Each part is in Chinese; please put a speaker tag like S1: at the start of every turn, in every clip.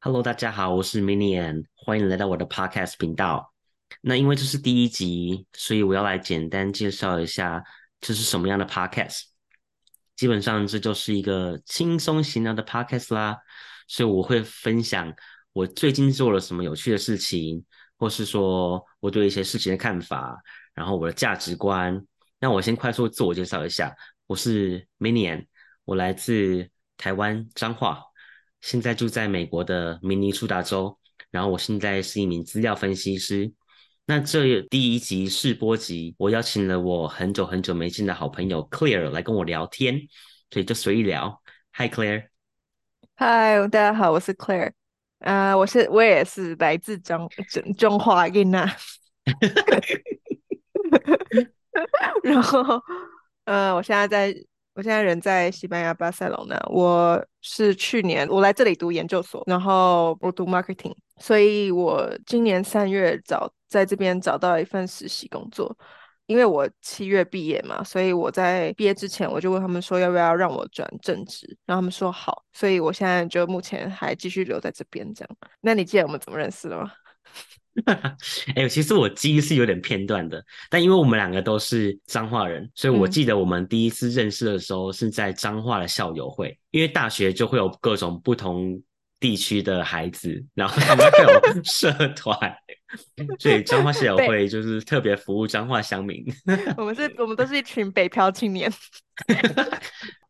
S1: Hello，大家好，我是 Minion，欢迎来到我的 Podcast 频道。那因为这是第一集，所以我要来简单介绍一下这是什么样的 Podcast。基本上这就是一个轻松闲聊的 Podcast 啦，所以我会分享我最近做了什么有趣的事情，或是说我对一些事情的看法，然后我的价值观。那我先快速自我介绍一下，我是 Minion，我来自台湾彰化，现在住在美国的明尼苏达州，然后我现在是一名资料分析师。那这第一集试播集，我邀请了我很久很久没见的好朋友 Claire 来跟我聊天，所以就随意聊。Hi Claire，
S2: 嗨，大家好，我是 Claire，啊、我是我也是来自中中中华啊印呐， 然后呃，我现在在，我现在人在西班牙巴塞隆纳，我是去年我来这里读研究所，然后我读 marketing，所以我今年三月找在这边找到一份实习工作，因为我七月毕业嘛，所以我在毕业之前我就问他们说要不要让我转正职，然后他们说好，所以我现在就目前还继续留在这边这样。那你记得我们怎么认识的吗？
S1: 哎、其实我记忆是有点片段的，但因为我们两个都是彰化人，所以我
S2: 嗯
S1: 记得我们第一次认识的时候是在彰化的校友会，因为大学就会有各种不同地区的孩子，然后他们会 有社团，所以彰化校友
S2: 对
S1: 会就是特别服务彰化乡民。
S2: 我们是，我们都是一群北漂青年。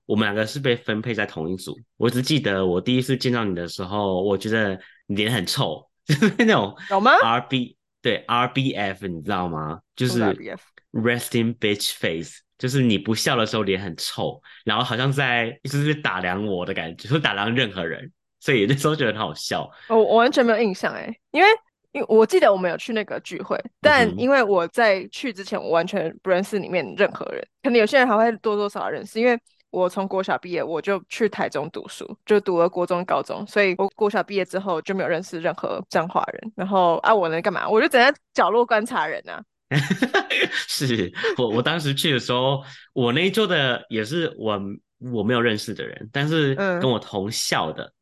S1: 我们两个是被分配在同一组。我只记得我第一次见到你的时候，我觉得你脸很臭， 就是那种
S2: 有吗
S1: R B 对 R B F，你知道吗？啊就
S2: 什
S1: 是
S2: 么是 RBF
S1: resting bitch face，就是你不笑的时候脸很臭，然后好像在就是打量我的感觉，就是打量任何人，所以那时候觉得很好笑。
S2: 我哦我完全没有印象哎，因为因为我记得我们有去那个聚会，但
S1: 嗯哼
S2: 因为我在去之前，我完全不认识里面任何人，可能有些人还会多多少少认识，因为我从国小毕业我就去台中读书，就读了国中、高中，所以我国小毕业之后就没有认识任何彰化人。然后啊，我能干嘛？我就整在角落观察人啊。
S1: 是我我当时去的时候，我那一桌的也是我我没有认识的人，但是
S2: 嗯
S1: 跟我同校的，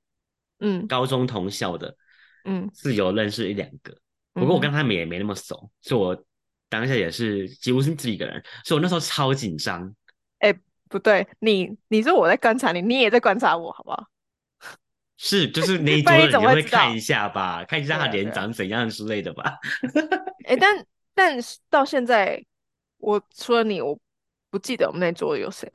S2: 嗯
S1: 高中同校的，
S2: 嗯，
S1: 是有认识一两个，不
S2: 嗯
S1: 过我
S2: 哼
S1: 跟他们也没那么熟，所以我当下也是几乎是自己一个人，所以我那时候超紧张。
S2: 不对，你你说我在观察你，你也在观察我，好不好？
S1: 是，就是 那一
S2: 不
S1: 桌
S2: 然
S1: 人
S2: 你
S1: 你
S2: 怎么
S1: 会
S2: 会知道
S1: 看一下吧，看一下他
S2: 对啊对
S1: 脸
S2: 啊
S1: 长怎样之类的吧。
S2: 哎、但但是到现在，我除了你，我不记得我们那桌有谁。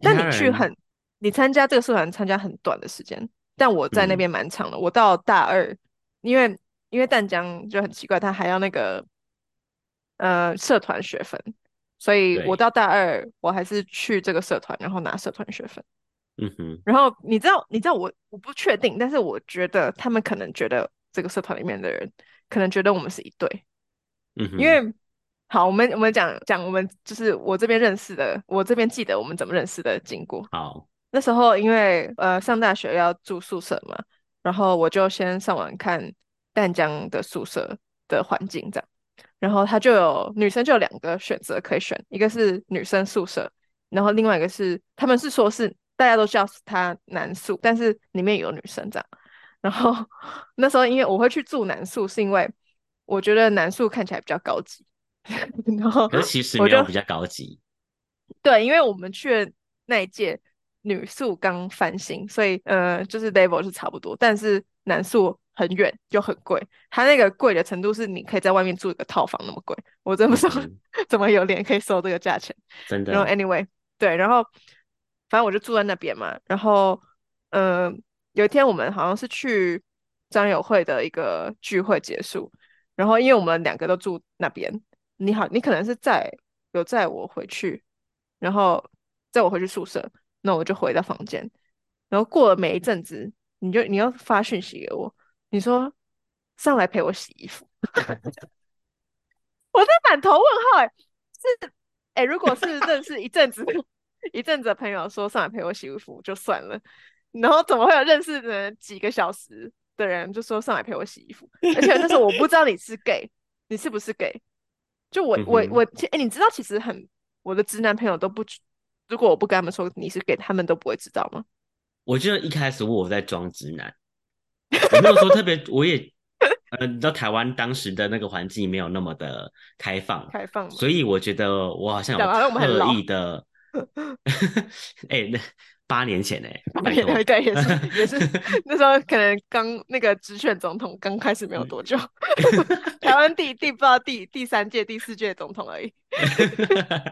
S2: 但
S1: 其
S2: 你
S1: 他
S2: 去
S1: 人
S2: 很，你参加这个社团参加很短的时间，但我在那
S1: 嗯
S2: 边蛮长的。我到大二，因为因为淡江就很奇怪，他还要那个呃社团学分，所以我
S1: 对
S2: 到大二我还是去这个社团，然后拿社团学分。
S1: 嗯哼，
S2: 然后你知道，你知道我我不确定，但是我觉得他们可能觉得这个社团里面的人可能觉得我们是一对。
S1: 嗯哼，
S2: 因为好，我们我们讲讲我们就是我这边认识的，我这边记得我们怎么认识的经过。
S1: 好，
S2: 那时候因为呃上大学要住宿舍嘛，然后我就先上网看淡江的宿舍的环境这样，然后它就有女生就有两个选择可以选，一个是女生宿舍，然后另外一个是他们是说是大家都叫它男宿，但是里面有女生这样。然后那时候因为我会去住男宿，是因为我觉得男宿看起来比较高级， 然后
S1: 可是其实
S2: 我
S1: 没有
S2: 就
S1: 比较高级。
S2: 对，因为我们去的那一届女宿刚翻新，所以呃，就是 level 是差不多，但是男宿很远又很贵，它那个贵的程度是你可以在外面住一个套房那么贵，我 真不知道
S1: 嗯
S2: 怎么有脸可以收这个价钱。
S1: 真
S2: 然后
S1: 的，
S2: anyway，对，然后反正我就住在那边嘛。然后，嗯、有一天我们好像是去张友会的一个聚会结束，然后因为我们两个都住那边，你好，你可能是载有载我回去，然后载我回去宿舍，那我就回到房间。然后过了没一阵子，你就你要发讯息给我，你说上来陪我洗衣服， 我在满头问号、欸，是哎、欸如果是认识一阵子 一阵子的朋友说上来陪我洗衣服就算了，然后怎么会有认识的人几个小时的人就说上来陪我洗衣服？而且那时候我不知道你是 gay，你 是不是 gay？就我我
S1: 嗯哼
S2: 我，哎、欸你知道其实很我的直男朋友都不知，如果我不跟他们说你是 gay，他们都不会知道吗？
S1: 我觉得一开始我在装直男，我没有说特 别，我也呃，你知道台湾当时的那个环境没有那么的开放，
S2: 开放嘛。
S1: 所以我觉得我好像有
S2: 讲得好啊像我们很
S1: 刻
S2: 老
S1: 意 的， 哎、那八年前哎、拜托
S2: 对对，也 是也是，那时候可能刚那个直选总统刚开始没有多久， 台湾第第不知道第第三届第四届总统而已。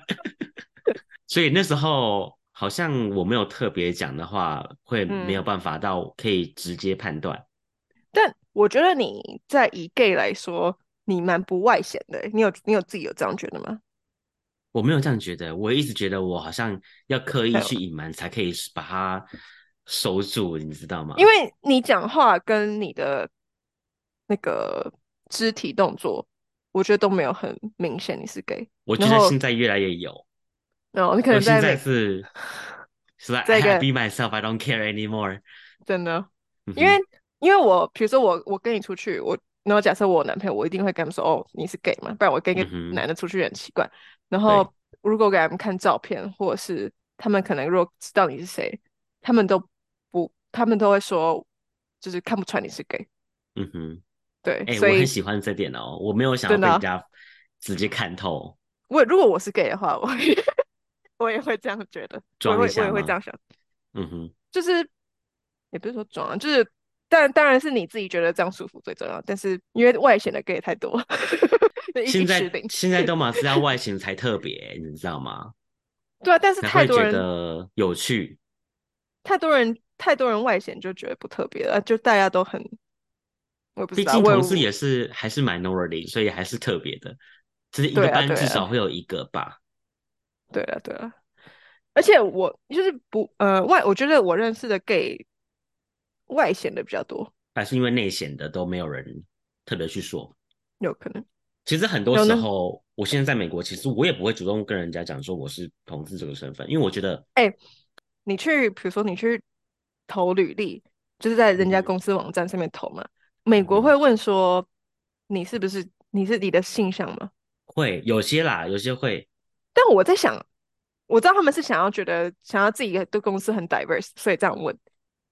S1: 所以那时候好像我没有特别讲的话，会没
S2: 嗯
S1: 有办法到可以直接判断。
S2: 但我觉得你在以 gay 来说，你蛮不外显的欸。你有你有自己有这样觉得吗？
S1: 我没有这样觉得，我一直觉得我好像要刻意
S2: 还有
S1: 去隐瞒，才可以把它收住，你知道吗？
S2: 因为你讲话跟你的那个肢体动作，我觉得都没有很明显你是 gay。
S1: 我觉
S2: 然
S1: 得
S2: 后
S1: 现在越来越有，
S2: 然后你可
S1: 我
S2: 能
S1: 现
S2: 在
S1: 在
S2: 美
S1: 是是 like
S2: 在
S1: I
S2: 一
S1: can
S2: 个
S1: be myself, I don't care anymore
S2: 真的。
S1: 嗯哼。
S2: 因为因为我比如说我我跟你出去，我然后假设我有男朋友，我一定会跟他们说哦你是 gay 嘛，不然我跟一个
S1: 嗯哼
S2: 男的出去很奇怪。然后如果给他们看照片，或者是他们可能如果知道你是谁，他们都不他们都会说就是看不出来你是 gay。
S1: 嗯哼，
S2: 对，
S1: 哎、
S2: 所
S1: 我
S2: 以
S1: 很喜欢这点哦，我没有想要
S2: 真
S1: 被
S2: 的
S1: 人
S2: 啊
S1: 家直接看透，
S2: 我如果我是 gay 的话，我也 我也会这样觉得，我
S1: 装一
S2: 也会我
S1: 下
S2: 也会这
S1: 吗
S2: 样想，
S1: 嗯哼，
S2: 就是也不是说装啊，就是当当然是你自己觉得这样舒服最重要，但是因为外显的 gay 太多， 一
S1: 现
S2: 一
S1: 在
S2: 吃定。
S1: 现在都嘛是要外形才特别，你知道吗？
S2: 对啊，但是
S1: 才
S2: 太
S1: 会
S2: 多
S1: 觉
S2: 人
S1: 得有趣。
S2: 太多人太多人外显就觉得不特别了，就大家都很，我也不知
S1: 毕
S2: 道，
S1: 竟
S2: 我
S1: 同事也是还是 minority，所以还是特别的，只是一个
S2: 对啊
S1: 班
S2: 对
S1: 至
S2: 啊
S1: 少会有一个吧。
S2: 对了对了，而且我就是不呃外，我觉得我认识的 gay 外显的比较多，
S1: 还是因为内显的都没有人特别去说。
S2: 有可能
S1: 其实很多
S2: 有
S1: 时
S2: 呢
S1: 候，我现在在美国，其实我也不会主动跟人家讲说我是同志这个身份，因为我觉得
S2: 哎你去比如说你去投履历，就是在人家
S1: 嗯哼
S2: 公司网站上面投嘛，美国
S1: 嗯哼
S2: 会问说你是不是你是你的性向吗？
S1: 会有些啦，有些会，
S2: 但我在想，我知道他们是想要觉得想要自己的公司很 diverse，所以这样问。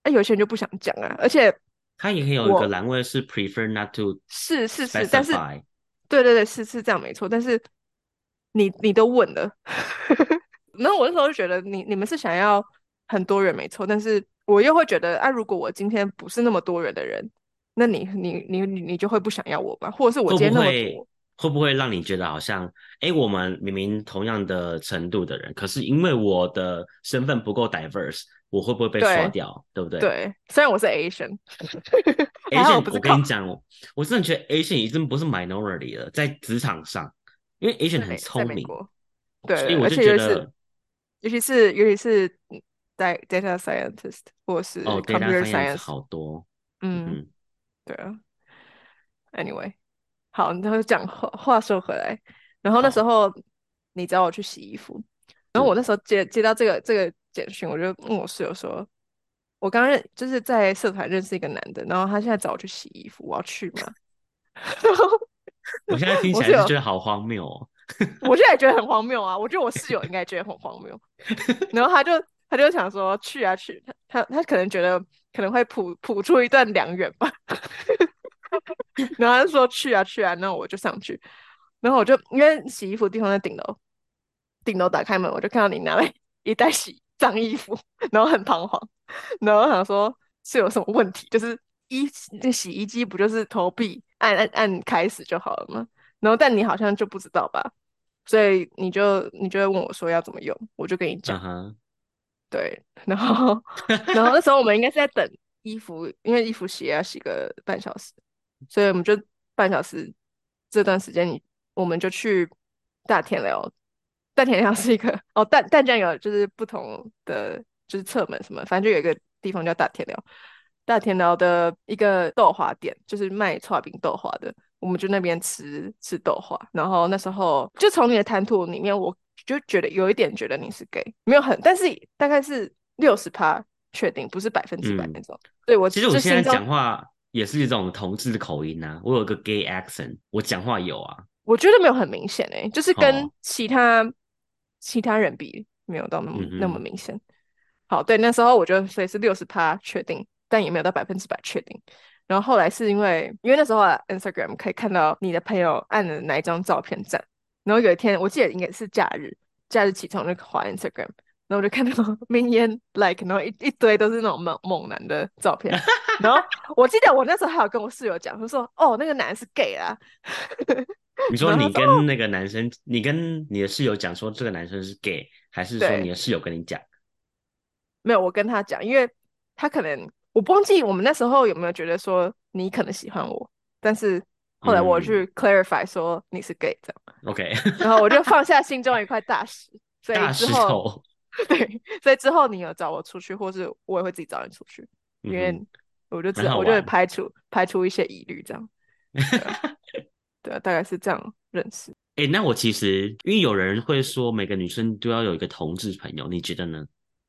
S2: 那有些人就不想讲啊，而且
S1: 它也可以有一
S2: 我
S1: 个栏位是 prefer not to
S2: 是是是，但是
S1: specify。
S2: 对对对，是是这样没错，但是你你都问了， 然后我那时候就觉得你你们是想要很多人没错，但是我又会觉得啊，如果我今天不是那么多人的人，那你你你你你就会不想要我吧，或者是我
S1: 会
S2: 今天
S1: 不
S2: 那么
S1: 会
S2: 多，
S1: 会不会让你觉得好像，哎，我们明明同样的程度的人，可是因为我的身份不够 diverse，我会不会被
S2: 对
S1: 刷掉？对不对？
S2: 对，虽然我是 Asian，还好
S1: Asian，
S2: 我不是
S1: 我
S2: 靠
S1: 跟你讲，我我真的觉得 Asian 已经不是 minority 了，在职场上，因为 Asian
S2: 在
S1: 很
S2: 美在
S1: 聪
S2: 美
S1: 明，
S2: 国，
S1: 所
S2: 对，
S1: 以我
S2: 而
S1: 就
S2: 且
S1: 觉
S2: 尤
S1: 得，
S2: 其是尤其是尤其是嗯 da- data scientist 或是
S1: 哦
S2: computer
S1: ，data science
S2: science，
S1: 好多，
S2: 嗯，
S1: 嗯，
S2: 对啊。Anyway，好，然后讲话话说回来，然后那时候你找我去洗衣服，然后我那时候接接到这个这个简讯，我就问我室友说，我刚认就是在社团认识一个男的，然后他现在找我去洗衣服，我要去吗？ 然后
S1: 我现在听起
S2: 我
S1: 来
S2: 是
S1: 就
S2: 有
S1: 觉得好荒谬哦，
S2: 我现在也觉得很荒谬啊，我觉得我室友应该也觉得很荒谬。然后他就他就想说去啊去，他他他可能觉得可能会谱谱出一段良缘吧。 然后他就说去啊去啊，那我就上去。然后我就因为洗衣服的地方在顶楼，顶楼打开门，我就看到你拿来一袋洗脏衣服，然后很彷徨，然后我想说是有什么问题？就是衣这洗衣机不就是投币按按按开始就好了吗？然后但你好像就不知道吧，所以你就你就会问我说要怎么用，我就跟你讲
S1: 嗯。哼，
S2: 对，然后 然后那时候我们应该是在等衣服，因为衣服洗也要洗个半小时，所以我们就半小时这段时间你，我们就去大田寮。大田寮是一个哦，淡淡江有就是不同的就是侧门什么，反正就有一个地方叫大田寮。大田寮的一个豆花店，就是卖刨冰豆花的，我们就那边吃吃豆花。然后那时候就从你的谈吐里面，我就觉得有一点觉得你是 gay，没有很，但是大概是六十趴确定，不是百分之百
S1: 嗯
S2: 那种。对我
S1: 其实我
S2: 就
S1: 现在
S2: 心中
S1: 讲话也是一种同志的口音啊，我有个 gay accent，我讲话有啊，
S2: 我觉得没有很明显诶、就是跟
S1: 哦
S2: 其他、其他人比，没有到那么、
S1: 嗯哼
S2: 那么明显。好，对，那时候我觉得所以是六十趴确定，但也没有到百分之百确定。然后后来是因为，因为那时候啊，Instagram 可以看到你的朋友按了哪一张照片赞，然后有一天我记得应该是假日，假日起床就滑 Instagram，然后我就看到 明烟 like，然后一一堆都是那种猛猛男的照片，然后我记得我那时候还有跟我室友讲，就说哦那个男是 gay 啦，
S1: 你说你跟那个男生，你跟你的室友讲说这个男生是 gay，还是说
S2: 对
S1: 你的室友跟你讲？
S2: 没有我跟他讲，因为他可能我忘记我们那时候有没有觉得说你可能喜欢我，但是后来我
S1: 嗯
S2: 去 clarify 说你是 gay 这样。
S1: OK，
S2: 然后我就放下心中一块大石，所 以
S1: 大
S2: 之
S1: 石
S2: 后
S1: 头，
S2: 对，所以之后你有找我出去，或是我也会自己找你出去，因为
S1: 嗯
S2: 我就知
S1: 蛮
S2: 道，
S1: 好
S2: 我就会
S1: 玩
S2: 排除排除一些疑虑，这样
S1: 哼。
S2: 对啊，大概是这样认识。
S1: 哎、那我其实因为有人会说每个女生都要有一个同志朋友，你觉得呢？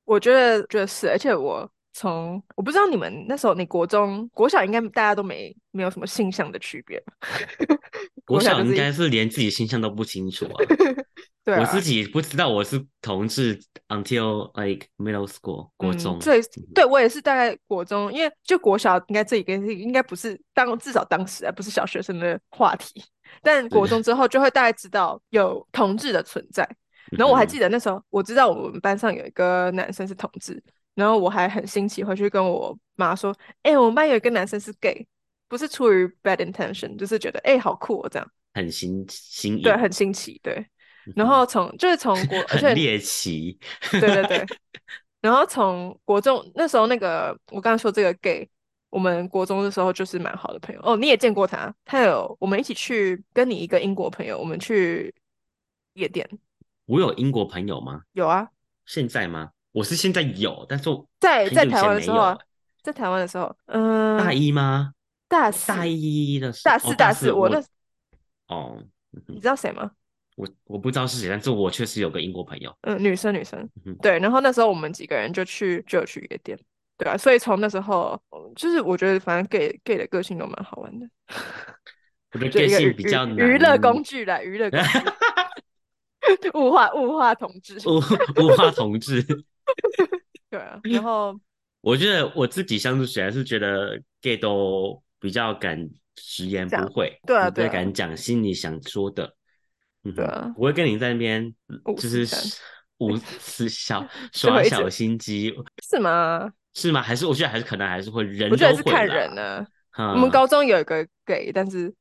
S2: 我觉得觉得是，而且我从我不知道你们那时候，你国中、国小应该大家都没没有什么性向的区别吧？
S1: 国
S2: 国小
S1: 小
S2: 就是
S1: 应
S2: 一
S1: 该是连自己形象都不清楚啊，
S2: 对
S1: 我
S2: 啊，
S1: 自己不知道我是同志 until like middle school 国
S2: 嗯，
S1: 中。
S2: 最对我也是大概国中，因为就国小应该这一个应该不是当至少当时啊不是小学生的话题，但国中之后就会大概知道有同志的存在。然后我还记
S1: 得，
S2: 得那时候我知道我们班上有一个男生是同志，然后我还很新奇回去跟我妈说，哎、我们班有一个男生是 gay，不是出于 bad intention，就是觉得哎、诶好酷哦这样，
S1: 很新新颖，
S2: 对，很新奇，对。
S1: 嗯
S2: 然
S1: 哼
S2: 后从就 是从国，而且
S1: 很猎奇，
S2: 对对 对，然后从国中那时候，那个我刚刚说这个 gay，我们国中的时候就是蛮好的朋友哦，你也见过他，他有我们一起去跟你一个英国朋友，我们去夜店，
S1: 我有英国朋友吗？
S2: 有啊，
S1: 现在吗？我是现在有，但是我
S2: 在
S1: 很
S2: 在
S1: 久以
S2: 台
S1: 前
S2: 湾的
S1: 没
S2: 时候啊
S1: 有欸，
S2: 在台湾的时候，嗯、
S1: 大一吗？
S2: 大
S1: 我大
S2: 四
S1: 一的时
S2: 大
S1: 哦
S2: 四
S1: 大
S2: 大
S1: 四
S2: 四，我那
S1: 哦，嗯
S2: 你
S1: 哼
S2: 知道谁吗？
S1: 我我不知道是谁，但是我确实有个英国朋友。
S2: 嗯，女生女生
S1: 嗯哼，
S2: 对，然后那时候我们几个人就去就有去夜店，对啊，所以从那时候，嗯就是我觉得反正 gay gay 的个性都蛮好玩的。
S1: 我觉得
S2: 就
S1: 个
S2: 一个
S1: 性
S2: 娱
S1: 比较难
S2: 娱娱乐 工具啦，娱乐工具， 物化物化同志，
S1: 物物化同志。
S2: 对啊，然后
S1: 我觉得我自己相处起来是觉得 gay 都比较敢直言不
S2: 讲
S1: 讳，
S2: 对啊
S1: 比较
S2: 对啊
S1: 敢讲心里想说的，嗯
S2: 对
S1: 哼，
S2: 啊
S1: 不会跟你在那边
S2: 五
S1: 就
S2: 四
S1: 是
S2: 三
S1: 五四小
S2: 最后
S1: 耍
S2: 一
S1: 小
S2: 次
S1: 心机，
S2: 是吗？
S1: 是吗？还是我觉得还是可能还是会人
S2: 我觉得
S1: 都
S2: 是
S1: 会
S2: 看
S1: 啦
S2: 人啊呢、
S1: 哈
S2: 我们高中有一个 gay，但是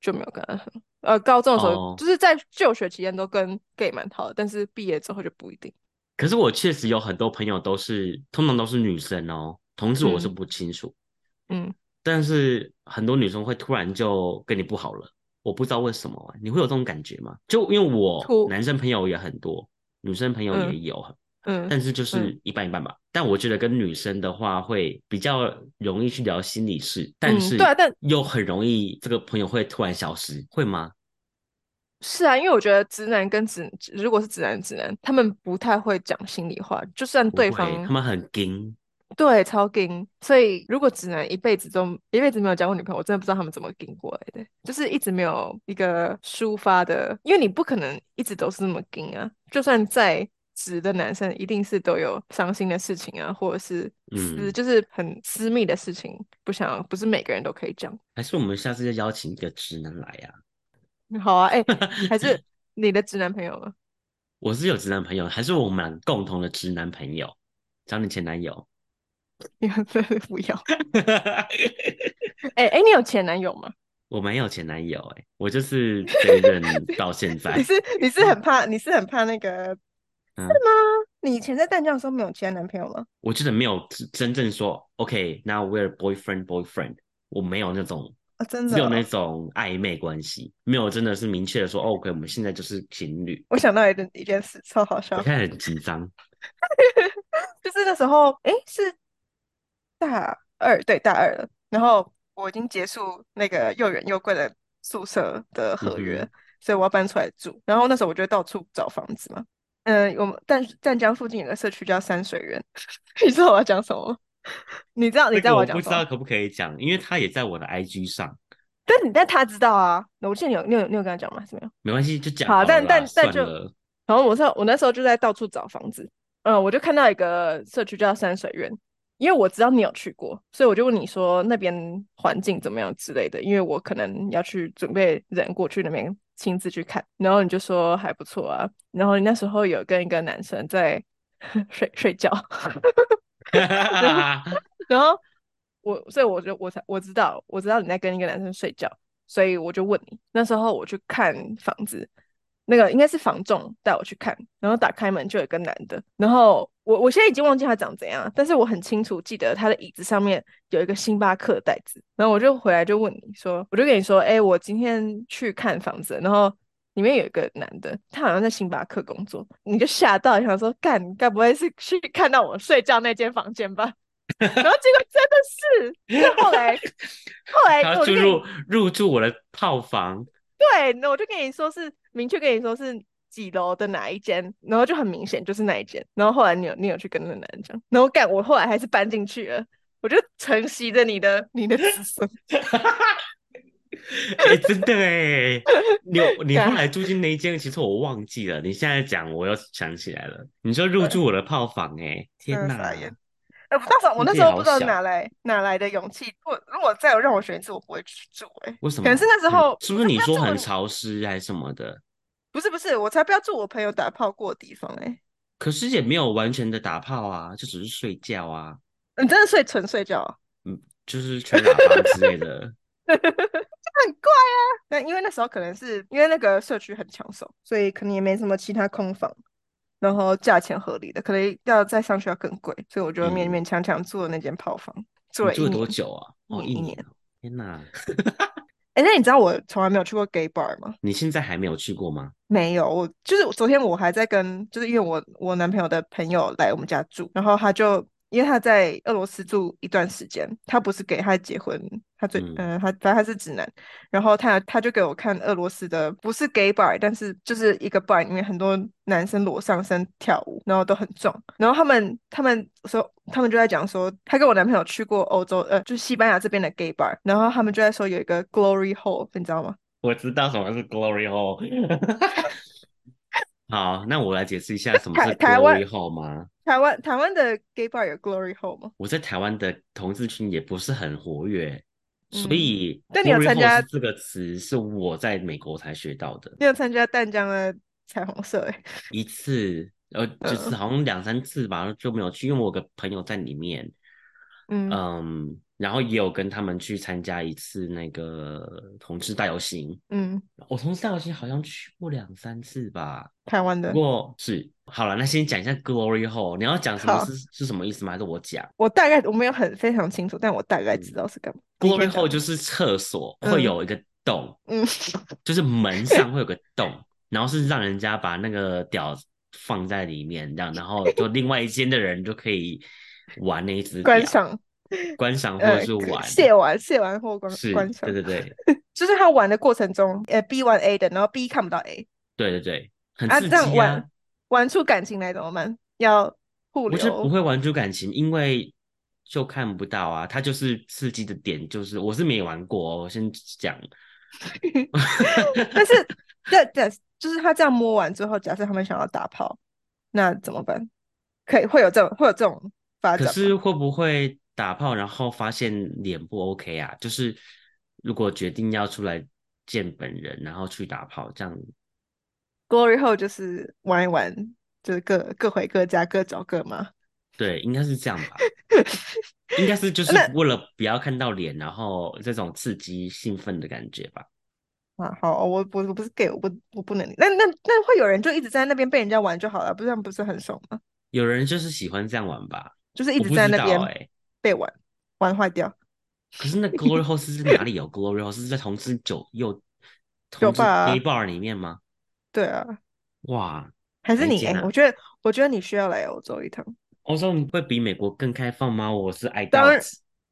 S2: 就没有跟他很呃，高中的时候、
S1: 哦
S2: 就是在就学期间都跟 gay 蛮好的，但是毕业之后就不一定。
S1: 可是我确实有很多朋友都是，通常都是女生哦，同志我是
S2: 嗯
S1: 不清楚，
S2: 嗯，
S1: 但是很多女生会突然就跟你不好了，我不知道为什么欸、你会有这种感觉吗？就因为我
S2: 突
S1: 男生朋友也很多，女生朋友也
S2: 嗯
S1: 有，
S2: 嗯
S1: 但是就是一半一半吧。但我觉得跟女生的话会比较容易去聊心理事，但
S2: 嗯
S1: 是
S2: 对啊但
S1: 又很容易这个朋友会突然消失，会吗？
S2: 是啊，因为我觉得直男跟直，如果是直男直男，他们不太会讲心里话，就算
S1: 不
S2: 对
S1: 会，
S2: 方
S1: 他们很硬。
S2: 对，超硬。所以如果直男一辈子都一辈子没有交过女朋友，我真的不知道他们怎么硬过来的，就是一直没有一个抒发的，因为你不可能一直都是那么硬啊。就算再直的男生，一定是都有伤心的事情啊，或者是私，
S1: 嗯
S2: 就是很私密的事情，不想不是每个人都可以讲。
S1: 还是我们下次就邀请一个直男来呀、
S2: 好啊，哎、还是你的直男朋友吗？
S1: 我是有直男朋友，还是我们俩共同的直男朋友，找你前男友。
S2: 你不要。哎、哎、你有前男友吗？
S1: 我没有前男友、欸，哎，我就是这一 任到现在
S2: 你，是你是很怕你是很怕那个
S1: 嗯，
S2: 你以前在淡江的时候没有其他男朋友吗？
S1: 我真的没有真真正说 OK，now we're boyfriend boyfriend，我没有那种，
S2: 啊、真的
S1: 只有
S2: 哦、
S1: 那种暧昧关系，没有真的是明确的说哦 OK，我们现在就是情侣。
S2: 我想到一件一件事，超好笑
S1: 我，现在很紧张，
S2: 就是那时候，诶，是大二，对，大二了。然后我已经结束那个又远又贵的宿舍的合约，
S1: 嗯哼
S2: 所以我要搬出来住。然后那时候我就到处找房子嘛。嗯、我们淡淡江附近有个社区叫山水园， 你知道我要讲什么吗？你知道哦你
S1: 这
S2: 知道
S1: 个
S2: 我
S1: 我
S2: 要讲
S1: 不
S2: 什
S1: 知
S2: 么
S1: 道
S2: 吗？
S1: 可不可以讲，因为他也在我的 IG 上，
S2: 但你但他知道啊，我记得你有你有你有跟他讲吗？是没有？
S1: 没关系，就讲
S2: 好
S1: 了
S2: 但
S1: 啦
S2: 但但
S1: 算
S2: 就
S1: 了，
S2: 然后我是我那时候就在到处找房子，嗯，我就看到一个社区叫山水苑，因为我知道你有去过，所以我就问你说那边环境怎么样之类的，因为我可能要去准备人过去那边亲自去看，然后你就说还不错啊，然后你那时候有跟一个男生在 睡睡觉， 然后我所以我就我才我知道我知道你在跟一个男生睡觉，所以我就问你，那时候我去看房子，那个应该是房仲带我去看，然后打开门就有一个男的，然后我我现在已经忘记他长怎样了，但是我很清楚记得他的椅子上面有一个星巴克的袋子，然后我就回来就问你说，我就跟你说，哎，我今天去看房子，然后。里面有一个男的，他好像在星巴克工作，你就吓到，想说干，该不会是去看到我睡觉那间房间吧？ 然后结果真的是，那后来 后来
S1: 然
S2: 哎我
S1: 后
S2: 就
S1: 就
S2: 跟你
S1: 入入住我的套房，
S2: 对，那我就跟你说是明确跟你说是几楼的哪一间，然后就很明显就是那一间。然后后来你有你有去跟那个男人讲，然后干我后来还是搬进去了，我就承袭着你的你的子孙。
S1: 哎、真的哎，你 有你
S2: 对啊
S1: 后来住进那一间，其实我忘记了。你现在讲，我又想起来了。你说入
S2: 对
S1: 住我的炮房，哎， 天
S2: 嗯
S1: 哪！
S2: 傻眼呃，我那时候
S1: 你
S2: 我那
S1: 自己
S2: 时候
S1: 好
S2: 不知道
S1: 小
S2: 哪来哪来的勇气，如果如果再有让我选一次，我不会去住、欸。
S1: 为什么？
S2: 可能是那时
S1: 很
S2: 候
S1: 是
S2: 我
S1: 不是
S2: 才
S1: 你
S2: 不要
S1: 说
S2: 住
S1: 很
S2: 你
S1: 潮湿还是什么的？
S2: 不是不是，我才不要住我朋友打炮过的地方哎、
S1: 可是也没有完全的打炮啊，就只是睡觉啊，
S2: 你嗯真的睡纯睡觉啊、
S1: 就是吹喇叭之类 的。
S2: 很怪啊。那因为那时候可能是因为那个社区很抢手，所以可能也没什么其他空房，然后价钱合理的，可能要再上去要更贵，所以我就勉
S1: 嗯
S2: 勉强强住了那间炮房，住
S1: 你
S2: 了
S1: 住
S2: 一
S1: 了
S2: 年嗯
S1: 多。久啊？哦，
S2: 一
S1: 一
S2: 一
S1: 年
S2: 年
S1: 哦。天哪！
S2: 哎，那你知道我从来没有去过 gay bar 吗？
S1: 你现在还没有去过吗？
S2: 没有，我就是昨天我还在跟，就是因为我我男朋友的朋友来我们家住，然后他就因为他在俄罗斯住一段时间，他不是给他结婚，他最
S1: 嗯
S2: 嗯、他反正他是直男，然后他他就给我看俄罗斯的不是 gay bar，但是就是一个 bar 里面很多男生裸上身跳舞，然后都很壮，然后他们他们说他们就在讲说，他跟我男朋友去过欧洲，呃，就是西班牙这边的 gay bar，然后他们就在说有一个 glory hole，你知道吗？
S1: 我知道什么是 glory hole。好，那我来解释一下什么是
S2: 台台湾
S1: glory hole 吗？
S2: 台湾台湾的 gay bar 有 glory hole 吗？
S1: 我在台湾的同志群也不是很活跃，所
S2: 嗯
S1: 以
S2: 但你有
S1: “glory
S2: 参
S1: hole”
S2: 加
S1: 是这个词是我在美国才学到的
S2: 你有参加淡江的彩虹社欸？
S1: 一次，呃，就是
S2: 嗯
S1: 好像两三次吧就没有去，因为我有个朋友在里面，
S2: 嗯
S1: 嗯，然后也有跟他们去参加一次那个同志大游行，
S2: 嗯，
S1: 我同志大游行好像去过两三次吧，
S2: 台湾
S1: 不
S2: 的。
S1: 过是好了，那先讲一下 glory hole，你要讲什么
S2: 好
S1: 是是什么意思吗？还是我讲？
S2: 我大概我没有很非常清楚，但我大
S1: 嗯
S2: 概知道是干嘛。你
S1: Glory
S2: 先讲
S1: hole 就是厕所
S2: 嗯
S1: 会有一个洞，
S2: 嗯，
S1: 就是门上会有个洞， 然后是让人家把那个屌放在里面，这样，然后就另外一间的人就可以玩那一只
S2: 观
S1: 屌，
S2: 赏，
S1: 观赏或者
S2: 呃
S1: 是，玩，
S2: 卸完卸完后观
S1: 是，
S2: 观赏
S1: 对，对对
S2: 就是他玩的过程中，呃，B 玩 A 的，然后 B 看不到 A
S1: 对对对，很
S2: 啊，
S1: 刺
S2: 这样
S1: 激啊
S2: 玩！玩出感情来怎么办？要互
S1: 我觉得不
S2: 留，
S1: 会玩出感情，因为就看不到啊，它就是刺激的点，就是我是没玩过哦，我先讲，
S2: 但是这这就是他这样摸完之后，假设他们想要打炮，那怎么办？可以会有这种会有这种发
S1: 可
S2: 展
S1: 是
S2: 吗？
S1: 会不会打炮，然后发现脸不 OK 啊？就是如果决定要出来见本人，然后去打炮，这样
S2: Glory 后就是玩一玩，就是各各回各家，各找各妈。
S1: 对，应该是这样吧？应该是就是
S2: 那
S1: 为了不要看到脸，然后这种刺激兴奋的感觉吧？
S2: 啊，好，我不我不是 gay，我不我不能理。那那那会有人就一直在那边被人家玩就好了，不然不是很爽吗？
S1: 有人就是喜欢这样玩吧？
S2: 就是一
S1: 我
S2: 直
S1: 不
S2: 在
S1: 知
S2: 那
S1: 道
S2: 边
S1: 哎、
S2: 被玩，玩坏掉。
S1: 可是那 glory hole 是在哪里有 glory hole？是在同志酒又
S2: 酒
S1: 同志
S2: 吧啊
S1: gay bar 里面吗？
S2: 对啊，
S1: 哇，
S2: 还是
S1: 哪一
S2: 你
S1: 间
S2: 哎、
S1: 啊
S2: 我？觉得我觉得你需要来欧洲一趟。
S1: 欧洲哦会比美国更开放吗？我是 I
S2: 当
S1: doubt
S2: 然。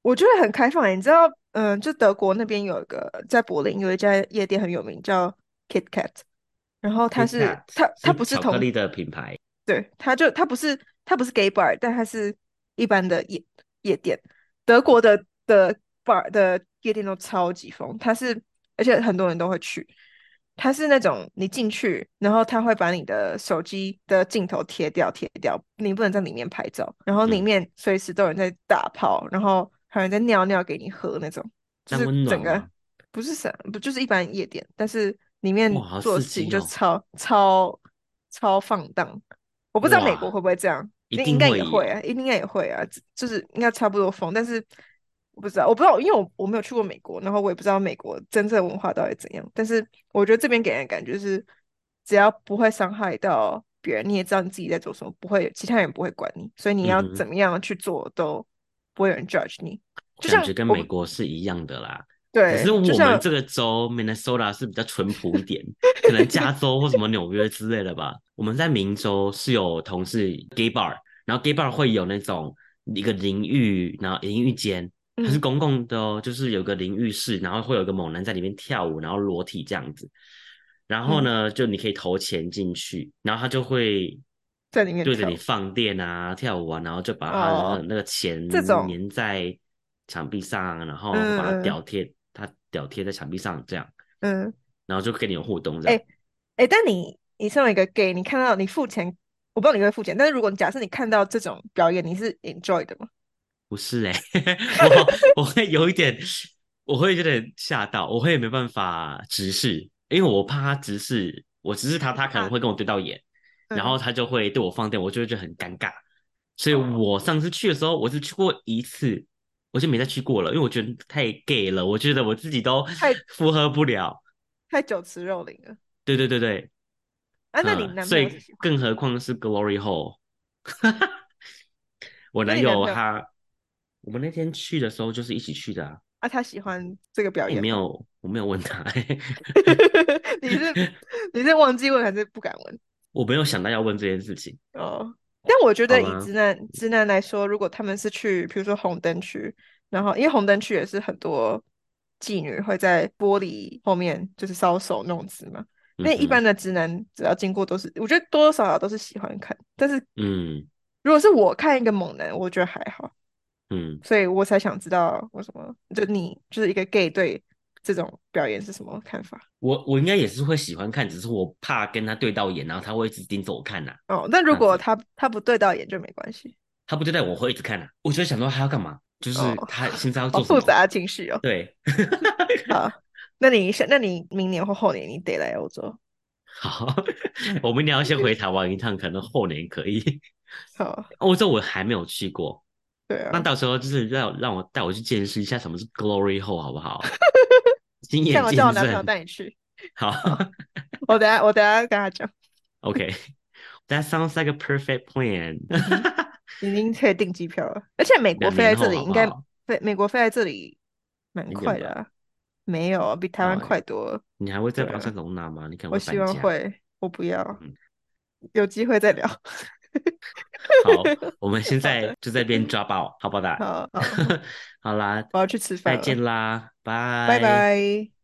S2: 我觉得很开放、欸，你知道，嗯，就德国那边有一个在柏林有一家夜店很有名，叫 Kit Kat，然后它
S1: Kit
S2: 是
S1: Kat
S2: 它
S1: 是
S2: 它不是
S1: 巧克
S2: 同
S1: 力的品牌，
S2: 对，它就它不是它不是 gay bar，但它是一般的夜夜店。德国的的 bar 的夜店都超级疯，它是而且很多人都会去。它是那种你进去，然后它会把你的手机的镜头贴掉，贴掉，你不能在里面拍照，然后里
S1: 嗯
S2: 面随时都有人在打炮，然后还有人在尿尿给你喝那种，就
S1: 那
S2: 是
S1: 温
S2: 整
S1: 暖
S2: 个
S1: 吗？
S2: 不是什不就是一般夜店，但是里面
S1: 哇，好
S2: 做的
S1: 刺
S2: 事
S1: 激
S2: 情就
S1: 哦！
S2: 超超超放荡。我不知道美国
S1: 哇，
S2: 会不会这样，
S1: 一
S2: 那应
S1: 定
S2: 该也
S1: 会
S2: 会
S1: 耶。
S2: 啊，应该也会啊，只就是应该差不多风，但是我不知道，我不知道，因为我我没有去过美国，然后我也不知道美国真正的文化到底怎样，但是我觉得这边给人的感觉是，只要不会伤害到别人，你也知道你自己在做什么，不会，其他人不会管你，所以
S1: 嗯
S2: 你要
S1: 哼，
S2: 怎么样去做都不会有人 judge 你，就
S1: 感
S2: 像
S1: 觉跟
S2: 我
S1: 美
S2: 们，
S1: 国是一样的啦。只是
S2: 对，就
S1: 我们
S2: 像。
S1: 这个州 Minnesota 是比较淳朴一点，可能加州或什么纽约之类的吧。我们在明州是有同事 gay bar，然后 gay bar 会有那种一个淋浴，然后淋浴间，它是
S2: 嗯，
S1: 公共的哦，就是有个淋浴室，然后会有一个猛男在里面跳舞，然后裸体这样子。然后
S2: 嗯，
S1: 呢，就你可以投钱进去，然后他就会
S2: 在里面
S1: 对着
S2: 跳
S1: 你
S2: 舞
S1: 放电啊、跳舞啊，然后就把他的那
S2: 哦，
S1: 个那个钱
S2: 这种，
S1: 粘在墙壁上，啊然后会把它
S2: 嗯
S1: 屌贴，它屌贴在墙壁上这样，
S2: 嗯嗯，
S1: 然后就跟你有互动这
S2: 哎
S1: 样。
S2: 哎，诶但你你身为一个 gay，你看到你付钱，我不知道你会不会付钱，但是如果你假设你看到这种表演，你是 enjoy 的吗？
S1: 不是哎、我我会有一点，我会有点吓到，我会没办法直视，因为我怕他直视，我直视他，
S2: 你
S1: 他可能
S2: 怕，
S1: 会跟我对到眼，然后
S2: 嗯，
S1: 他就会对我放电，我就会觉得很尴尬。所以
S2: 哦，
S1: 我上次去的时候，我是去过一次，我就没再去过了，因为我觉得太 gay 了，我觉得我自己都
S2: 太
S1: 负荷不了。
S2: 太酒池肉林了
S1: 对对对对，
S2: 啊！那你
S1: 嗯，
S2: 男朋
S1: 所
S2: 友是
S1: 以
S2: 喜欢
S1: 更
S2: 的，
S1: 何况是 Glory Hole。我
S2: 那
S1: 男
S2: 你男
S1: 友
S2: 朋友
S1: 他，我们那天去的时候就是一起去的啊。
S2: 啊，他喜欢这个表
S1: 也
S2: 演
S1: 没
S2: 吗？
S1: 有，我没有问他、
S2: 你是你是忘记问还是不敢问？
S1: 我没有想到要问这件事情，
S2: 哦，但我觉
S1: 好
S2: 得以
S1: 吗？
S2: 直男直男来说，如果他们是去，比如说红灯区，然后因为红灯区也是很多妓女会在玻璃后面就是搔首弄姿嘛，
S1: 嗯
S2: 那一般
S1: 哼，
S2: 的直男只要经过都是，我觉得多多少少都是喜欢看，但是
S1: 嗯
S2: 如果是我看一个猛男，我觉得还好，
S1: 嗯，
S2: 所以我才想知道为什么就你就是一个 gay 对这种表演是什么看法
S1: 我我应该也是会喜欢看，只是我怕跟他对到眼，然后他会一直盯着我看呐、
S2: 哦？那
S1: 这
S2: 如
S1: 样
S2: 果
S1: 子。
S2: 他他不对到眼就没关系
S1: 他不对待我，我会一直看呐、我就想说他要干嘛，就
S2: 哦，
S1: 是他现在要
S2: 好
S1: 做什
S2: 复
S1: 么？
S2: 杂的情绪哦。
S1: 对，
S2: 好，那你是，那你明年或后年你得来欧洲。
S1: 好，我明年要先回台湾一趟，可能后年可以。
S2: 好，
S1: 欧洲我还没有去过，
S2: 对
S1: 那
S2: 啊，
S1: 到时候就是让让我带我去见识一下什么是 Glory Hole 好不好？亲
S2: 这
S1: 眼
S2: 样我叫我
S1: 见
S2: 男朋友
S1: 证。
S2: 带你去。
S1: 好
S2: 好，我等下我等下跟他讲，
S1: ，OK。That sounds like a perfect plan
S2: 已经可以订机票了。而且美国
S1: 两
S2: 飞
S1: 年
S2: 来这
S1: 后
S2: 里
S1: 好
S2: 应
S1: 不
S2: 该
S1: 好？
S2: 飞，美国飞来这里蛮
S1: 很远
S2: 快的
S1: 吧？
S2: 啊，没有比台湾
S1: 哦，
S2: 快多了。
S1: 你还会再
S2: 对
S1: 巴塞
S2: 啊，
S1: 隆纳吗？你可能
S2: 我
S1: 会
S2: 希
S1: 搬
S2: 望
S1: 家。
S2: 会，我不要，
S1: 嗯，
S2: 有机会再聊。
S1: 好，我们现
S2: 好
S1: 在
S2: 的，
S1: 就在这边 drop out，好不好？
S2: 好好，
S1: 好啦，
S2: 我要去吃
S1: 再
S2: 饭了，
S1: 见啦，拜。
S2: 拜拜。